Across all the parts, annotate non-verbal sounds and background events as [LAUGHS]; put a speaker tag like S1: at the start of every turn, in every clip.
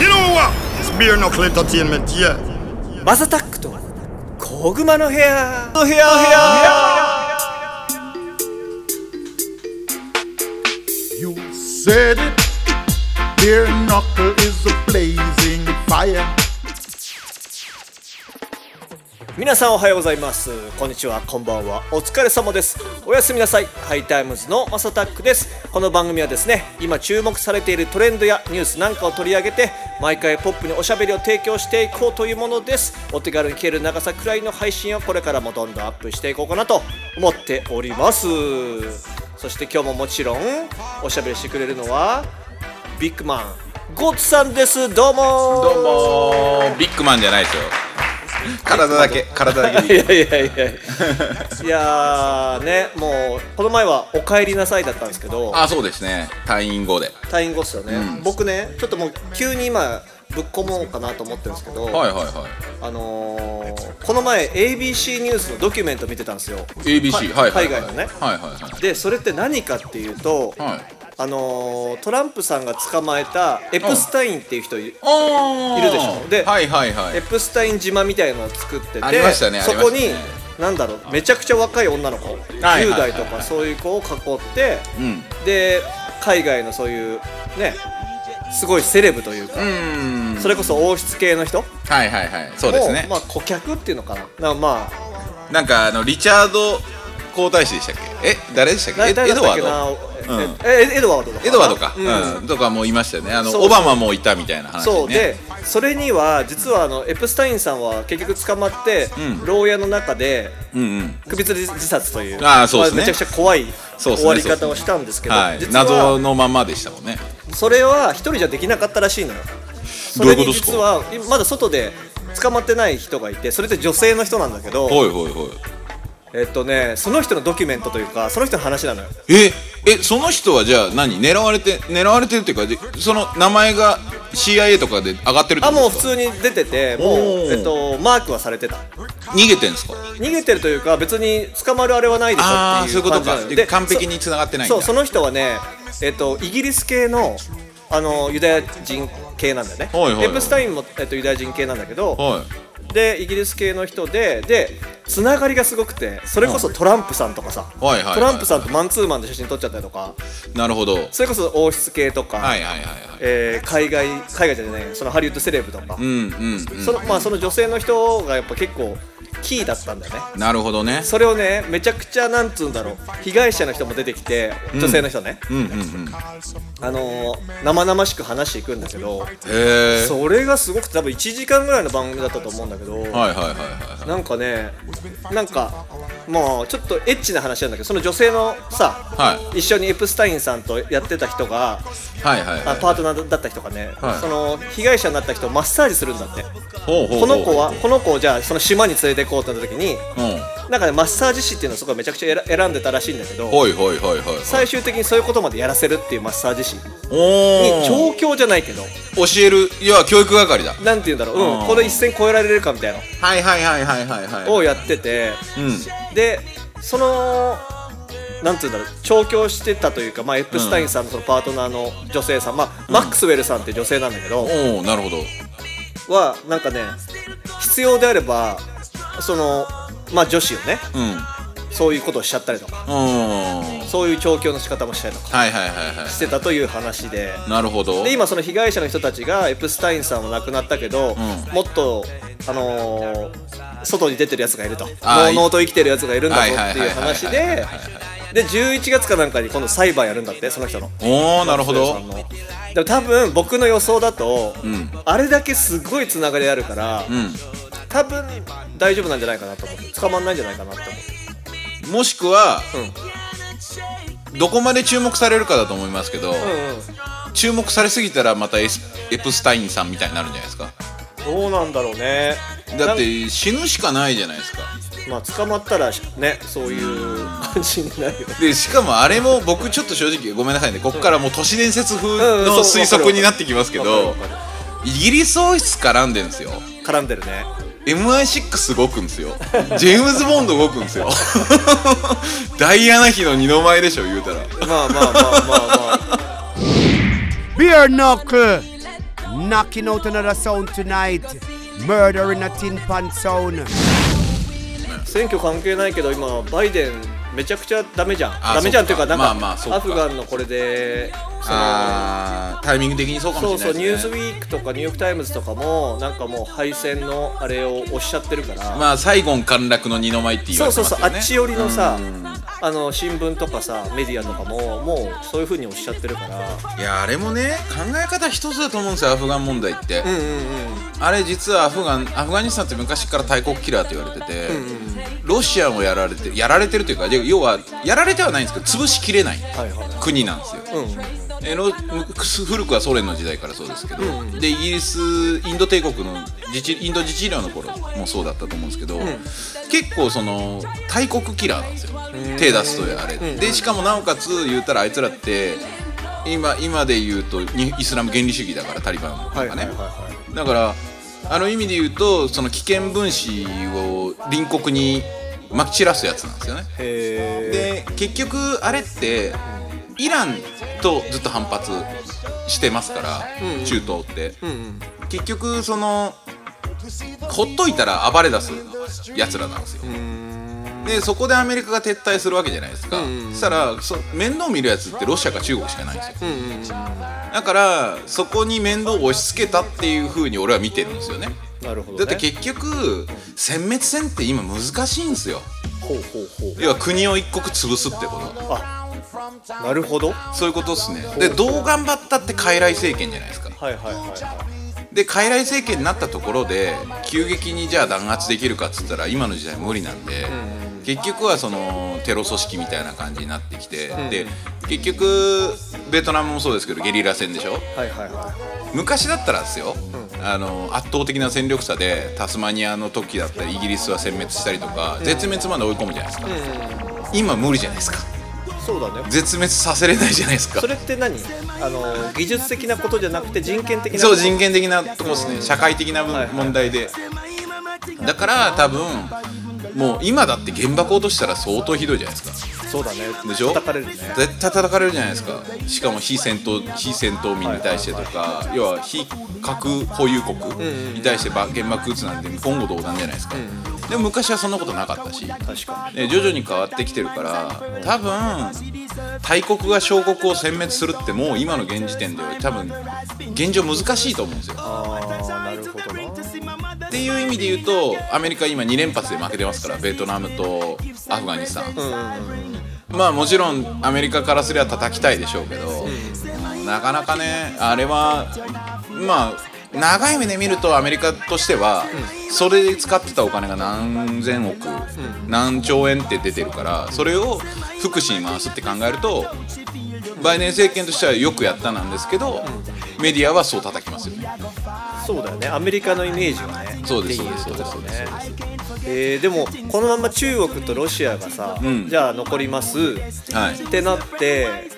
S1: You know what? It's beer knuckle entertainment, yeah.
S2: マサタックと小熊の部屋の部屋
S3: You said it. Beer knuckle is a blazing fire.
S2: 皆さんおはようございますこんにちはこんばんはお疲れ様ですおやすみなさいハイタイムズのマサタックですこの番組はですね今注目されているトレンドやニュースなんかを取り上げて毎回ポップにおしゃべりを提供していこうというものですお手軽に聞ける長さくらいの配信をこれからもどんどんアップしていこうかなと思っておりますそして今日ももちろんおしゃべりしてくれるのはビッグマンゴッツさんですどうも
S4: どうもビッグマンじゃないですよ体だけ体だ
S2: [LAUGHS]
S4: け
S2: いやいやいやいやいやーねもうこの前は「お帰りなさい」だったんですけど
S4: あそうですね退院後で
S2: 退院後っすよね、僕ねちょっともう急に今ぶっ込もうかなと思ってるんですけど、
S4: はいはいはい
S2: あのー、この前 ABC ニュースのドキュメント見てたんですよ
S4: ABC はいはい
S2: 海外のね
S4: はいはいはい
S2: でそれって何かっていうと、
S4: はい
S2: あのー、トランプさんが捕まえたエプスタインっていう人い
S4: あー
S2: いるでしょで
S4: はいはいは
S2: エ
S4: い
S2: プスタイン島みたいのを作ってて
S4: ありましたね
S2: そこに、
S4: ありまし
S2: なんだろうめちゃくちゃ若い女の子、
S4: はい
S2: 10代と
S4: はいはいは
S2: か
S4: い
S2: そういう子を囲って、
S4: うん
S2: で海外のそういうねすごいセレブというか、
S4: うーん
S2: それこそ王室系の人
S4: はいはいはいそうですね
S2: をまあ顧客っていうのかななまあ
S4: なんかあのリチャード皇太子でしたっけえ誰でしたっ
S2: 誰
S4: け
S2: 誰
S4: エ
S2: だ
S4: ド
S2: ったっけ
S4: ワー
S2: な
S4: ド
S2: ええエドワードとか
S4: エドワードか
S2: うん
S4: うんとかもいましたよねあの
S2: そう
S4: オバマもいたみたいな話ね
S2: そうでそれには実はあのエプスタインさんは結局捕まって、
S4: うん
S2: 牢屋の中で
S4: うんうん
S2: 首吊り自殺という
S4: あーそうですね
S2: まめちゃくちゃ怖い
S4: そ
S2: 終
S4: うですね
S2: わり方をしたんですけど、
S4: はい
S2: 実は
S4: 謎のままでしたもんね
S2: それは一人じゃできなかったらしいのよそ
S4: どうい
S2: れ
S4: うこ
S2: に
S4: とっすか
S2: 実はまだ外で捕まってない人がいてそれって女性の人なんだけど
S4: ほいほいほい
S2: えっとねその人のドキュメントというかその人の話なのよ
S4: ええその人はじゃあ何狙われて狙われてるっていうかでその名前が CIA とかで上がってるって
S2: あ
S4: こと
S2: もう普
S4: ですか
S2: 通に出ててもう
S4: おー
S2: えっとマークはされてた
S4: 逃げてんすか
S2: 逃げてるというか別に捕まるあれはないでしょ
S4: ああ
S2: って
S4: そう
S2: い
S4: いう
S2: う
S4: こ
S2: 感
S4: と
S2: じなの
S4: か
S2: よ
S4: で
S2: で
S4: 完璧に繋がってないんだ
S2: そうその人はね、えっと、イギリス系のあのユダヤ人系なんだよね、
S4: はいはいはい
S2: エプスタインも、えっと、ユダヤ人系なんだけど、
S4: はい
S2: でイギリス系の人ででつながりがすごくてそれこそトランプさんとかさ、
S4: はいはいはい
S2: トランプさんとマンツーマンで写真撮っちゃったりとか
S4: なるほどはい
S2: それこそ王室系とか、
S4: はいはいはい
S2: えー海外海外じゃないそのハリウッドセレブとか、
S4: うんうんうん
S2: そのまあ、その女性の人がやっぱ結構キーだったんだよね
S4: なるほどね
S2: それをねめちゃくちゃなんつうんだろう被害者の人も出てきて女性の人ね、
S4: うんうんうんへ
S2: あのー生々しく話していくんだけど
S4: え
S2: それがすごくて多分1時間ぐらいの番組だったと思うんだけど、
S4: はいはいはいはい
S2: なんかねなんかまあちょっとエッチな話なんだけどその女性のさ、
S4: は
S2: 一緒にエプスタインさんとやってた人が、
S4: はいはい
S2: あ
S4: はい
S2: パートナーだった人がね、
S4: はい
S2: その被害者になった人をマッサージするんだって
S4: ほうほうほう
S2: この子はこの子をじゃあその島に連れて行こうってなった時に
S4: うん
S2: なんかねマッサージ師っていうのをそこめちゃくちゃ選選んでたらしいんだけど
S4: ほいほいほいほい
S2: 最終的にそういうことまでやらせるっていうマッサージ師に
S4: お
S2: 調教じゃないけど
S4: お教える要は教育係だ
S2: なんて言うんだろう、う、
S4: うんん
S2: この一線超えられるかみたいな
S4: はいはいはいはいはいはい
S2: のをやってて
S4: うん
S2: でそのなんて言うんだろう調教してたというか、まあ、エプスタインさんのそのパートナーの女性さん、まあマックスウェルさんって女性なんだけど、
S4: おおなるほど
S2: はなんかね必要であればそのまあ女子をね
S4: うん
S2: そういうことをしちゃったりとか
S4: うん
S2: そういう調教の仕方もしたりとか
S4: はいはいはいは
S2: してたという話で
S4: いなるほど
S2: で今その被害者の人たちがエプスタインさんは亡くなったけど、
S4: ん
S2: もっとあのー外に出てるやつがいると
S4: あー
S2: のうのうと生きてるやつがいるんだ
S4: はい
S2: ぞ
S4: は
S2: っ
S4: い
S2: て
S4: はいいうはい
S2: 話
S4: はいはい
S2: で
S4: はいはい
S2: で11月かなんかに今度裁判やるんだってその人の。
S4: おおなるほ
S2: そ
S4: ど
S2: のでも多分僕の予想だと、
S4: ん
S2: あれだけすごいつながりあるから、
S4: う
S2: 多分大丈夫なんじゃないかなと思って捕まんないんじゃないかなと思って
S4: んもしくは
S2: うん
S4: どこまで注目されるかだと思いますけど注目されすぎたらまたエスエプスタインさんみたいになるんじゃないですか
S2: うんうんどうなんだろうね
S4: だって死ぬしかないじゃないですか
S2: なんまあ捕まったらねそういう感じになるよね
S4: でしかもあれも僕ちょっと正直ごめんなさいねここからもう都市伝説風
S2: うんうんそう
S4: の推測になってきますけ
S2: わ
S4: ど
S2: かるわか
S4: イギリス王室絡んでるんですよ
S2: る絡んでるね
S4: MI6 動くんですよジェームズ・ボンド動くんですよ [LAUGHS] ダイアナ妃の二の舞でしょ言うたら [LAUGHS]
S2: まあまあまあまあまあ
S3: Beer knuckle.
S5: knocking out another sound tonight, murdering a tin pan sound.
S2: 選挙関係ないけど今バイデンめちゃくちゃダメじゃん
S4: あ
S2: ダメじゃんっていうか
S4: そ
S2: な
S4: っ
S2: ん
S4: か
S2: か,、
S4: まあまあそうか
S2: アフガンのこれでその
S4: あータイミング的にそうか
S2: そ
S4: も
S2: う
S4: し
S2: そ
S4: れ
S2: う「
S4: な
S2: ニ
S4: いで
S2: ュー
S4: す
S2: ズウ
S4: ね
S2: ィーク」とか「ニューヨーク・タイムズ」とかもなんかもう敗戦のあれを押しちゃってるから、
S4: まあサイゴン陥落の二の舞って言わ
S2: そう
S4: れ
S2: そ
S4: て
S2: う
S4: ます
S2: そ
S4: よ
S2: う
S4: ね
S2: あっち寄りのさあの新聞とかさメディアとかももうそういうふうに押しちゃってるから
S4: いやあれもね考え方一つだと思うんですよアフガン問題って、
S2: うんうんうん
S4: あれ実はアフガンアフガニスタンって昔から大国キラーと言われてて、ロシアもやられてやられてるというかで要はやられてはないんですけど潰しきれない
S2: はいは
S4: 国なんですよ、
S2: いうん
S4: えロ古くはソ連の時代からそうですけど、でイギリスインド帝国の自治インド自治領の頃もそうだったと思うんですけど、結構その大国キラーなんですよ手出すとやあれ、でしかもなおかつ言うたらあいつらって今今で言うとにイスラム原理主義だからタリバンとかね、
S2: はいはいはいはい
S4: だからあの意味で言うとその危険分子を隣国にまき散らすやつなんですよね
S2: へえ
S4: で結局あれってイランとずっと反発してますから、中東って、結局そのほっといたら暴れ出すやつらなんですよでそこでアメリカが撤退するわけじゃないですか、そしたらそ面倒見るやつってロシアか中国しかないんですよ、だからそこに面倒を押し付けたっていうふうに俺は見てるんですよね
S2: なるほど、
S4: だ
S2: ね、
S4: って結局殲滅戦って今難しいんですよ
S2: ほうほうほ
S4: 要は国を一国潰すってこと
S2: うなるほどは
S4: そういうことっすねでどう頑張ったって傀儡政権じゃないですか
S2: いはいはいはい
S4: で傀儡政権になったところで急激にじゃあ弾圧できるかっつったら今の時代無理なんで、結局はそのテロ組織みたいな感じになってきて、で結局ベトナムもそうですけどゲリラ戦でしょ
S2: はいはいは
S4: 昔だったらですよ、あの圧倒的な戦力差でタスマニアの時だったりイギリスは殲滅したりとか絶滅まで追い込むじゃないですか、今無理じゃないですか
S2: いそうだね
S4: 絶滅させれないじゃないですか
S2: それって何あの技術的なことじゃなくて人権的な
S4: そう人権的なとこですね社会的な
S2: はい
S4: 分問題でだから多分もう今だって原爆落としたら相当ひどいじゃないですか
S2: そうだね
S4: でしょ
S2: 叩かれるね
S4: 絶対叩かれるじゃないですかしかも非戦闘非戦闘民に対してとか要は非核保有国に対してば原爆撃つなんて今後同然じゃないですかでも昔はそんなことなかったし
S2: 確か
S4: で徐々に変わってきてるから多分大国が小国を殲滅するってもう今の現時点では多分現状難しいと思うんですよ
S2: ああなるほどな
S4: っていう意味で言うとアメリカ今2連発で負けてますからベトナムとアフガニスタン、まあもちろんアメリカからすれば叩きたいでしょうけど、うんなかなかねあれはまあ長い目で見るとアメリカとしては、それで使ってたお金が何千億、何兆円って出てるからそれを福祉に回すって考えるとバイデン政権としてはよくやったなんですけど、メディアはそう叩きますよね。
S2: そうだよねアメリカのイメージはね
S4: そうです
S2: ってい
S4: そうですそうです
S2: ところねえーでもこのまま中国とロシアがさ、
S4: ん
S2: じゃあ残ります、
S4: はい
S2: ってなって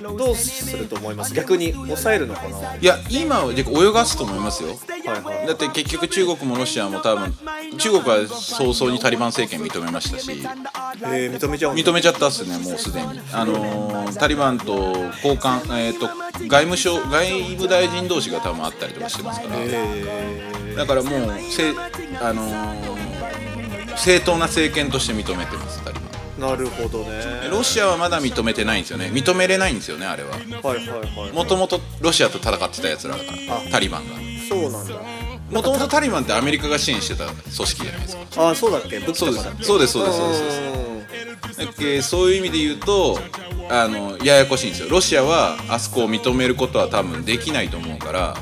S2: どうすると思います逆に抑えるのかなはい
S4: いや今は泳がすと思いますよ
S2: はい
S4: だって結局中国もロシアも多分中国は早々にタリバン政権認めましたし
S2: えー、認めちゃうんだ
S4: 認めちゃったっすねもうすでにあのータリバンと交換えっ、と外務省外務大臣同士が多分あったりとかしてますからだからもうせあのー正当な政権として認めてますタリバン
S2: なるほどね
S4: でロシアはまだ認めてないんですよね認めれないんですよねあれは
S2: はいはいはい
S4: もともとロシアと戦ってたやつらだからタリバンが
S2: そうなんだ
S4: もともとタリバンってアメリカが支援してた組織じゃないですか
S2: ああそうだっけ武器
S4: そう
S2: と
S4: で
S2: かだっけ
S4: すそうですそうですそうです
S2: うん
S4: だっけそういう意味で言うとあのややこしいんですよロシアはあそこを認めることは多分できないと思うから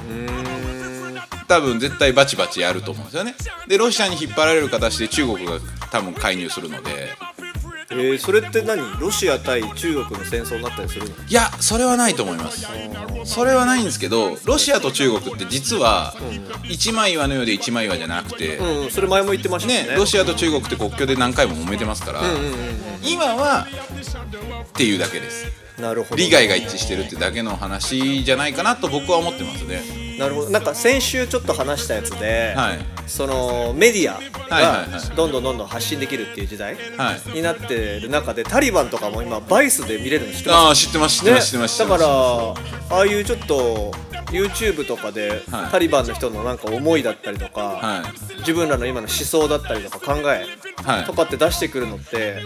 S4: 多分絶対バチバチやると思うんですよねでロシアに引っ張られる形で中国が多分介入するので
S2: えー、それって何ロシア対中国の戦争になったりするの
S4: いやそれはないと思いますそれはないんですけどロシアと中国って実は一枚岩のようで一枚岩じゃなくて、
S2: うんそれ前も言ってましたよ
S4: ね
S2: ね、
S4: ロシアと中国って国境で何回も揉めてますから、今はっていうだけです
S2: なるほど
S4: 利害が一致してるってだけの話じゃないかなと僕は思ってますね
S2: なるほどなんか先週ちょっと話したやつで、
S4: はい
S2: そのメディア
S4: はいはいは
S2: が
S4: い
S2: どんどんどんどん発信できるっていう時代
S4: はい
S2: になってる中でタリバンとかも今バイスで見れるの知って
S4: あ
S2: ま
S4: あ知ってます知ってます、知っ
S2: す
S4: てます
S2: だからああいうちょっと YouTube とかで、
S4: はい
S2: タリバンの人のなんか思いだったりとか、
S4: はい
S2: 自分らの今の思想だったりとか考え
S4: はい
S2: とかって出してくるのって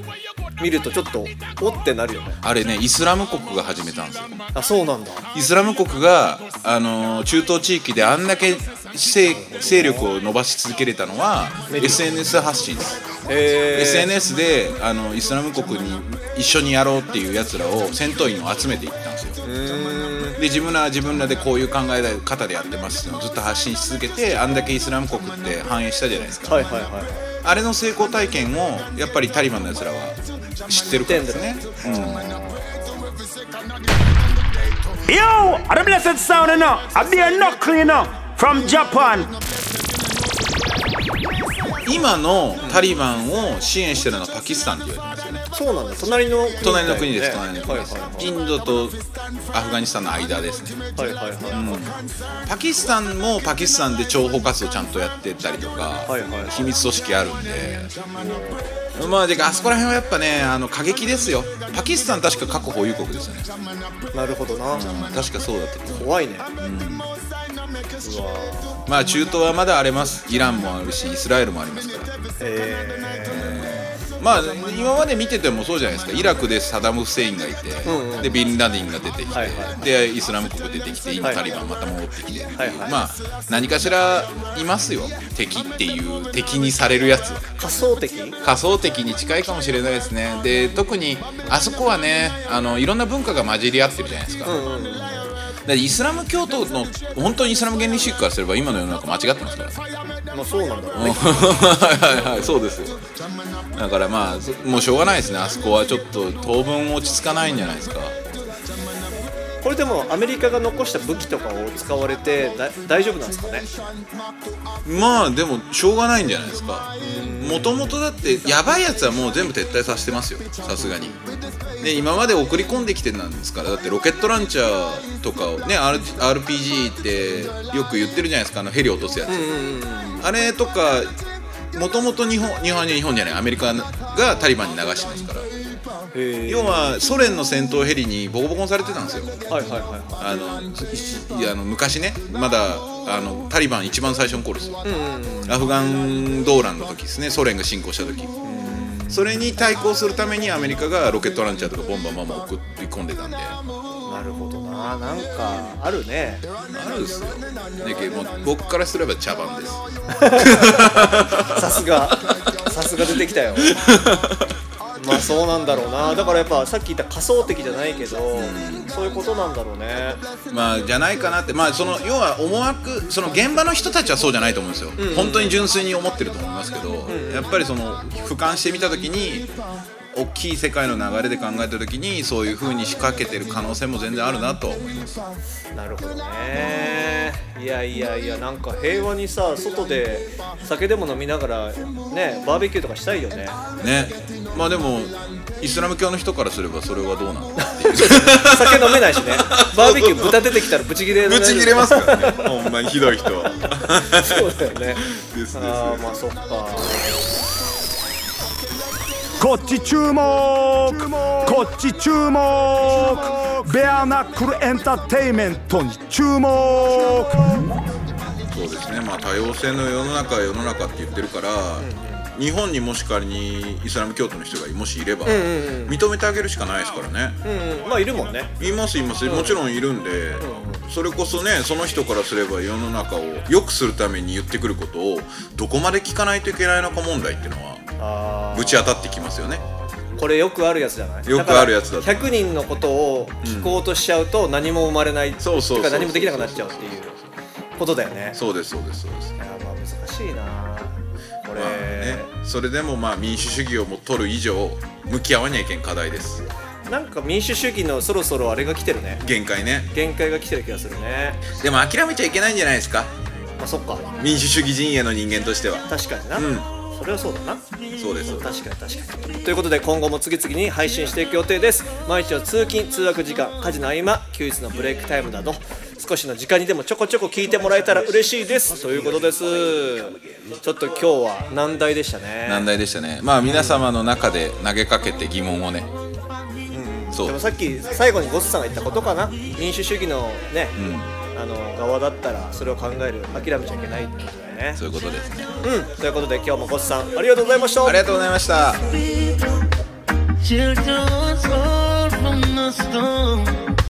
S2: 見るとちょっとおってなるよね
S4: あれねイスラム国が始めたんですよ
S2: あそうなんだ
S4: イスラム国が、あのー中東地域であんだけ勢勢力を伸ばし続けれたのは SNS 発信です
S2: へえ
S4: SNS であのイスラム国に一緒にやろうっていうやつらを戦闘員を集めていったんですよで自分らは自分らでこういう考え方でやってますっていうのをずっと発信し続けてあんだけイスラム国って繁栄したじゃないですか
S2: はいはいはい
S4: あれの成功体験をやっぱりタリバンのやつらは知ってるからですね
S6: Yo, are the blessed sound enough? I be a knuckle enough from Japan.
S4: 今のタリバンを支援してるのはパキスタンって言われてますよね
S2: そうなんだ隣の国
S4: 隣の国で
S2: だ
S4: す
S2: よ
S4: 隣
S2: ね
S4: の国です、
S2: はい
S4: インドとアフガニスタンの間ですね
S2: はいはいはいはいはい
S4: パキスタンもパキスタンで諜報活動ちゃんとやってたりとか、
S2: はいはい
S4: 秘密組織あるんで、まあであそこら辺はやっぱねあの過激ですよパキスタン確か核保有国ですよね、
S2: なるほどな、
S4: うん確かそうだったと思う
S2: 怖いね、うわ
S4: まあ中東はまだありますイランもあるしイスラエルもありますから
S2: え
S4: まあ今まで見ててもそうじゃないですかイラクでサダム・フセインがいて、でビンラディンが出てきて、
S2: はいはい
S4: でイスラム国出てきて今
S2: はい
S4: タリバンまた戻ってきて、
S2: はいはい
S4: まあ何かしらいますよ敵っていう敵にされるやつは
S2: ー、仮想的
S4: 仮想敵に近いかもしれないですねで特にあそこはねあのいろんな文化が混じり合ってるじゃないですか,、でイスラム教徒の本当にイスラム原理主義からすれば今の世の中間違ってますから [LAUGHS]
S2: まあそうなんだろうね、
S4: はいはいはいそうですよだからまあそもうしょうがないですねあそこはちょっと当分落ち着かないんじゃないですか
S2: これでもアメリカが残した武器とかを使われてだ大丈夫なんですかね
S4: まあでもしょうがないんじゃないですかもともとだってやばいやつはもう全部撤退させてますよさすがにね今まで送り込んできてなんですからだってロケットランチャーとかをね R- RPG ってよく言ってるじゃないですかあのヘリ落とすやつあれとかもともと日本日本日本じゃないアメリカがタリバンに流してますから
S2: へえ
S4: 要はソ連の戦闘ヘリにボコボコにされてたんですよ
S2: はいはいはいは
S4: あのいいやあの昔ねまだあのタリバン一番最初の頃ですよ、アフガン動乱の時ですねソ連が侵攻した時それに対抗するためにアメリカがロケットランチャーとかボンバーマンも送り込んでたんで
S2: いなるほどななんかあるね
S4: あるですよ、ね、けもう僕からすれば茶番です
S2: さすがさすが出てきたよまあそうなんだろうなだからやっぱさっき言った仮想的じゃないけどそういうことなんだろうね
S4: まあじゃないかなってまあその要は思惑その現場の人たちはそうじゃないと思うんですよ、本当に純粋に思ってると思いますけど、やっぱりその俯瞰してみた時に大きい世界の流れで考えた時にそういう風に仕掛けてる可能性も全然あるなとは思います
S2: なるほどねいやいやいやなんか平和にさ外で酒でも飲みながらねバーベキューとかしたいよね
S4: ねまあでもイスラム教の人からすればそれはどうなの
S2: 酒飲めないしねバーベキュー豚出てきたらブチギレ
S4: [LAUGHS] ぶち切れますからねほんまにひどい人は
S2: そうだよね
S4: [LAUGHS] ですです
S2: ああまあそっか
S6: こっち注目こっち注目ベアナックルエンターテインメントに注目
S4: そうですねまあ多様性の世の中世の中って言ってるから、日本にもし仮にイスラム教徒の人がもしいれば、認めてあげるしかないですからね、
S2: うんまあいるもんね
S4: いますいますもちろんいるんで、それこそねその人からすれば世の中を良くするために言ってくることをどこまで聞かないといけないのか問題っていうのは
S2: あ
S4: ぶち当たってきますよね
S2: これよくあるやつじゃない
S4: よくあるやつだと
S2: から100人のことを聞こうとしちゃうと何も生まれない
S4: そうそうそう
S2: てか何もできなくなっちゃうっていうことだよね
S4: そうですそうですそうです
S2: いやまあ難しいなこれ、
S4: まあね、それでもまあ民主主義をも取る以上向き合わにゃいけん課題です
S2: なんか民主主義のそろそろあれが来てるね
S4: 限界ね
S2: 限界が来てる気がするね
S4: でも諦めちゃいけないんじゃないですか
S2: まあそっか
S4: 民主主義陣営の人間としては
S2: 確かにな、
S4: う
S2: それはそうだな
S4: そうです
S2: 確かに確かにということで今後も次々に配信していく予定です毎日の通勤通学時間家事の合間休日のブレイクタイムなど少しの時間にでもちょこちょこ聞いてもらえたら嬉しいですということですちょっと今日は難題でしたね
S4: 難題でしたねまあ皆様の中で投げかけて疑問をね、そう
S2: でもさっき最後にゴスさんが言ったことかな民主主義のね、あの側だったらそれを考える諦めちゃいけないってことだよね
S4: そういうことですね
S2: うんということで今日もゴスさんありがとうございました
S4: ありがとうございました
S7: Children's all from the storm.